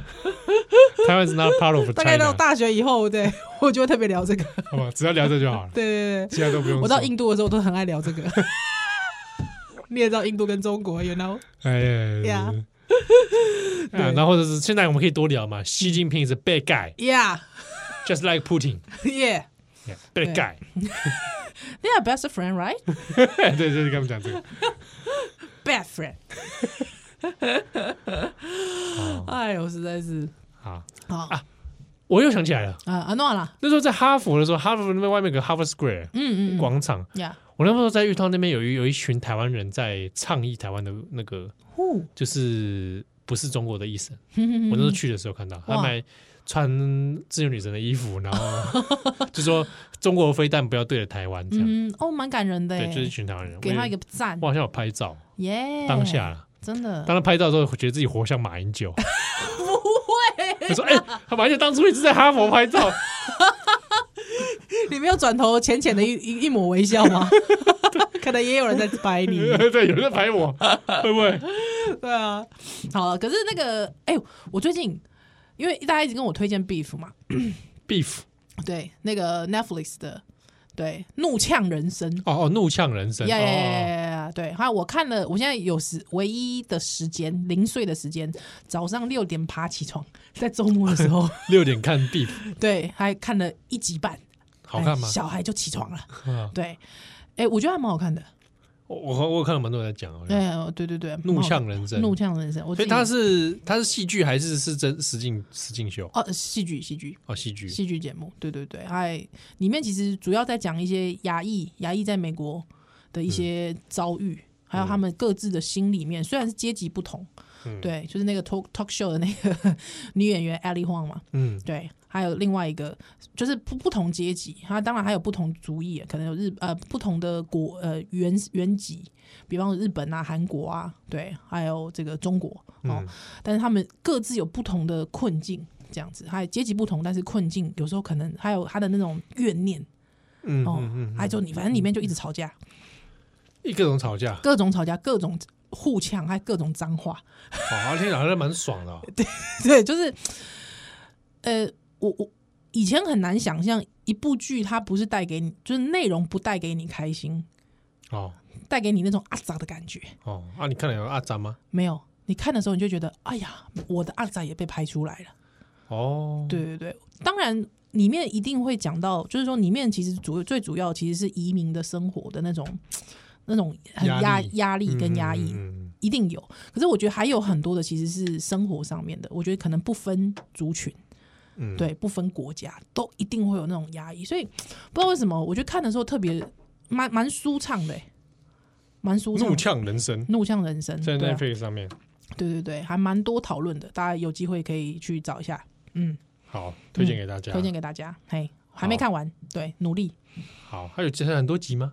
台湾是 not part of
大概到
China，
大学以后，对 我就会特别聊这个。
好吧，只要聊这就好了，
对对对
其他都不用
对，
说。
我到印度的时候我都很爱聊这个。 你也知道印度跟中国，you know，
哎呀，
呀
哎呀然后就是现在我们可以多聊嘛。习近平 is a bad guy，just
yeah
like Putin。
yeah
Yeah, bad guy，
they are best friend right
对对，就是跟他们讲这个。
bad friend 。
哦
哎呦，实在是
好，
好啊
我又想起来了，
啊，诺啦，
那时候在哈佛的时候，哈佛那边外面有个 Harvard Square
嗯嗯嗯
广场，
呀，
我那时候在遇到那边有一有一群台湾人在倡议台湾的那个，
呼，
就是不是中国的意 思。
我
我那时候去的时候看到，他
哇
买穿自由女神的衣服，然后 就说中国飞弹不要对着台湾这样，
嗯哦，蛮感人的耶，
对，就是群台湾人。
给他一
个，
个赞
我，好像有拍照，
耶！
当下啦
真的
当他拍照的时候，觉得自己活像马英九， 不会，他说，哎、他马英九当初一直在哈佛拍 照，
你没有转头浅浅的一一一抹微笑吗？ 可能也有人在拍你，
对，有人在拍我，会不会？
对啊。好，可是那个，哎、我最近因为大家一直跟我推荐 Beef 嘛，
beef
对，那个 Netflix 的，对，怒呛人生，
哦哦，怒呛人生
呀呀呀呀
哦，
呀呀！对，还有我看了，我现在有时唯一的时间，零碎的时间，早上六点爬起床，在周末的时候，
六点看 beef，
对，还看了一集半，
好看吗
哎？小孩就起床了。
啊
对，哎、我觉得还蛮好看的。
我我我有看到蛮多人在讲哦，
对对对对，
怒
蛮好看
呛人生，
怒呛人生，
所
我自
以
己
他是他是戏剧还是是真实境实境秀
哦戏剧戏剧
哦戏剧
戏剧节目，对对对，还里面其实主要在讲一些牙医牙医在美国的一些
嗯
遭遇，还有他们各自的心里面，虽然是阶级不同，
嗯
对，就是那个 talk talk show 的那个女演员 Ellie Huang 嘛，
嗯
对，还有另外一个就是不不同阶级，它当然还有不同族裔，可能有日呃不同的国呃原原籍，比方说日本啊、韩国啊，对，还有这个中国哦，
嗯
但是他们各自有不同的困境，这样子，还有阶级不同，但是困境有时候可能还有他的那种怨念
嗯
哦，
嗯
还
嗯，
有就你反正里面就一直吵架，
一各种吵架，
各种吵架，各种互呛，还有各种脏话，
哇，哦啊听起来好像蛮爽的哦，
对，就是，呃，我我以前很难想象一部剧它不是带给你，就是内容不带给你开心，
哦
带给你那种阿杂的感觉。
哦啊，你看了有阿展吗？
没有，你看的时候你就觉得，哎呀，我的阿杂也被拍出来了。
哦，，
对对对，当然里面一定会讲到，就是说里面其实主最主要其实是移民的生活的那种那种很
压
压
力
压力跟压抑。
嗯
一定有，可是我觉得还有很多的其实是生活上面的，我觉得可能不分族群，
嗯，
对，不分国家，都一定会有那种压抑。所以不知道为什么，我觉得看的时候特别蛮蛮舒畅的、欸，蛮舒畅的。
怒呛人生
怒呛人生，
在
对啊
Netflix 上面，
对对对，还蛮多讨论的，大家有机会可以去找一下，嗯，
好，推荐给大家，
推荐给大家。嘿，还没
好
看完，对，努力，
好，还有其实很多集吗？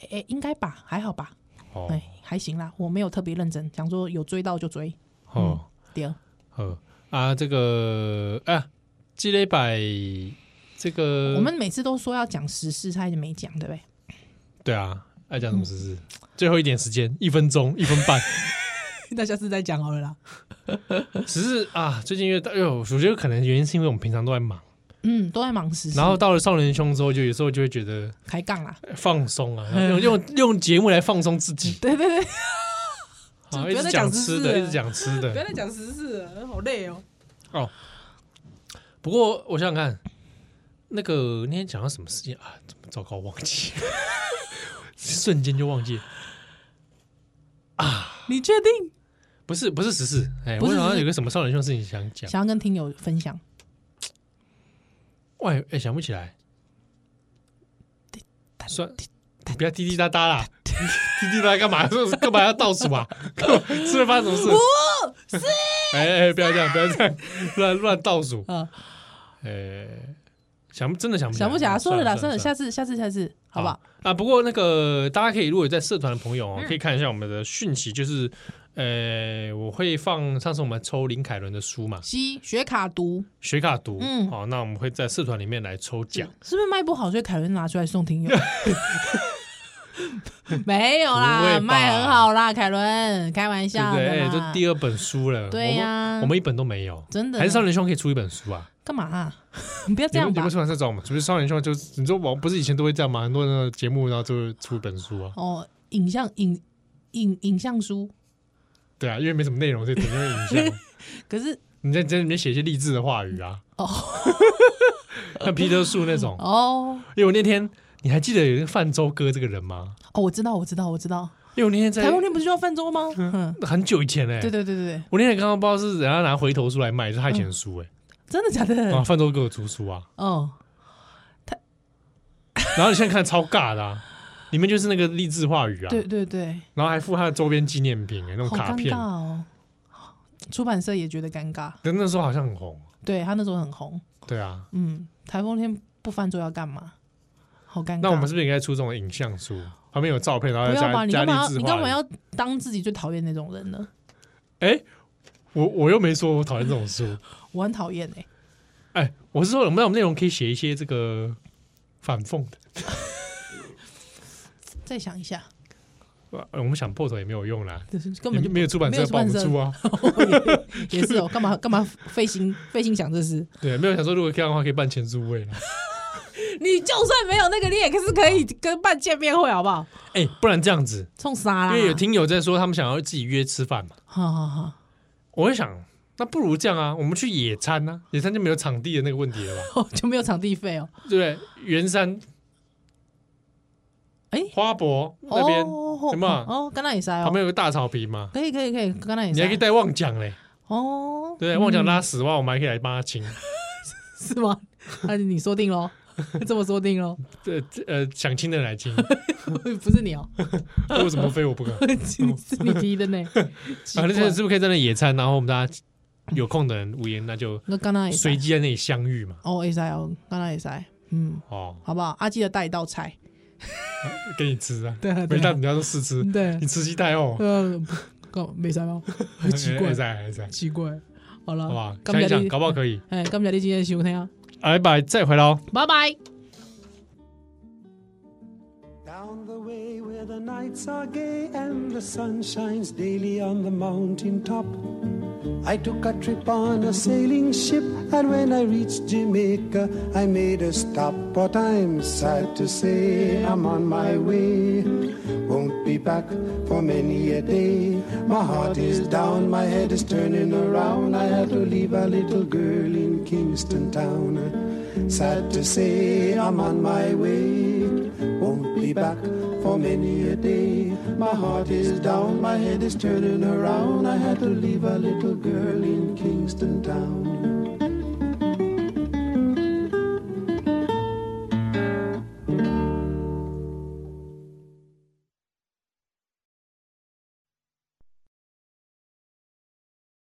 哎、诶应该吧，还好吧，
哦
哎、还行啦，我没有特别认真，想说有追到就追。
哦
第二，
呃啊，这个啊，积累百这个
我们每次都说要讲时事，他一直没讲，对不对？
对啊，爱讲什么时
嗯
事？最后一点时间，一分钟， 一分半。
那下次再讲好了啦。
只是啊，最近因为哎呦，我觉得可能原因是因为我们平常都在忙，
嗯，都在忙时事，
然后到了少年凶之后，就有时候就会觉得
开杠啦，
哎放松 啊，用用用节目来放松自己。对对 对，啊，
就
一
不要再
直
讲
讲
知识
吃的，
了
一直讲吃的。
再讲时事了，好累哦。
哦，不过我想想看，那个那天讲到什么事情啊？怎么糟糕忘 记，瞬间就忘记了。
你确定
不是不是十四，哎，
不
我
是
好
时
像
事
有个什么少年凶事情想讲，
想要跟听友分享？
喂，哎、想不起来。算，不要滴滴答答啦，滴滴答答干嘛？ 干嘛要倒数啊？ 干嘛是不是发生什么事？五四，哎哎，不要这样，不要这样，乱乱倒数。
嗯，
哎，想不真的想不
想不起来，说了啦，
哦算
算了，
了，
下次下次下次，好不好？嗯
啊，不过那个大家可以，如果有在社团的朋友哦，可以看一下我们的讯息，就是呃，我会放上次我们抽林凯伦的书嘛，
西学卡读
学卡读，
嗯
好，那我们会在社团里面来抽奖。
是不是卖不好，所以凯伦拿出来送听 友？ 没有
不会
啦，
吧
卖很好啦，凯伦，开玩
对
笑
不对？
的
哎，这
啦。
第二本书了，
对呀
我们我们一本都没有，
真的
还是少年兄可以出一本书啊？
干嘛啊？ 你不要这
你们
样
你
吧
们。喜欢这种吗？就是少年兄，就是你说我不是以前都会这样吗？很多人的节目然后就会出一本书啊，
哦，影像影影影像书，
对啊，因为没什么内容，所以只能用影 像。
可是
你在在里面写一些励志的话语啊，
哦，
像皮特树那种。
哦
因为我那天你还记得有那个泛舟哥这个人吗？
哦，我知道，我知道，我知道，
因为我那天在
台风天不是就要泛舟吗？嗯，
很久以前嘞、欸
对对对对对，
我那天刚刚不知道是人家拿回头书来卖，就是他以前的书哎、
真的假
啊，
的？
泛舟哥有出书啊，
哦，
然后你现在看超尬的、啊，里面就是那个励志话语啊，
对对对，
然后还附他的周边纪念品、欸，那种
好
卡
尴
片
尬。哦。出版社也觉得尴尬，
但那时候好像很红，
对他那时候很红，
对啊。
嗯，台风天不翻桌要干嘛？好尴尬。
那我们是不是应该出这种影像书？旁边有照片，然后
不
再
要
加
吧？你
加
干嘛
励
要
志
你
话
干
语
嘛？要当自己最讨厌那种人呢？
哎，我我又没说我讨厌这种书。
我很讨厌哎，
哎，我是说我们那种内容可以写一些这个反讽的。
再想一下，
呃我们想破头也没有用啦，
就是根
也
本就
没有出版
没
社
有出
帮我
版
们
社
出啊。
也是哦，干嘛干嘛费心费心想这事？
对，没有想说如果这样的话可以办签书会啦。
你就算没有那个，你也是可以跟办见面会，好不好？
哎，不然这样子，
冲杀
因
啦！
为有听友在说他们想要自己约吃饭嘛，
好好好，
我会想那不如这样啊，我们去野餐啊，野餐就没有场地的那个问题了吧？
就没有场地费哦。
对不对？圆山、
哎，
花博那边
哦
有没有？
哦，刚才也塞哦
旁，边有个大草坪嘛，
可以可以可以，刚才也
你还可以带旺奖嘞，
哦，
对不对？旺奖拉屎的话，我们还可以来帮他清。
是吗？那你说定 喽，这么说定喽，
呃呃，想清的人来清，
不是你哦，
为什么非我不可？
是你 是你提的呢。奇
哦反
怪
正现在是不是可以在那野餐，然后我们大家有空的人无言，那就
那刚才也塞
随机在那里相遇嘛。
哦，也塞哦，刚才也塞，嗯，
哦，
好不好？啊，记得带一 道菜，
给你吃啊，
对啊对
每
啊
到人家都试吃，
对
你，吃鸡蛋哦，
呃，搞没 塞吗？奇怪
还，在还在，
奇怪，好了，
好不好？想
感谢
一想，
你
搞不好可以。
哎，感谢你今天的收听，
拜拜，再回来哦。
拜拜。
Down the way where the nights are gay and the sun shines daily on the mountain top. I took a trip on a sailing ship, and when I reached Jamaica, I made a stop. But I'm sad to say I'm on my way. Won't be back for many a day. My heart is down, my head is turning around. I had to leave a little girl in Kingston town. Sad to say I'm on my way. Won't be back for many a day. My heart is down, my head is turning around. I had to leave a little girl in Kingston Town.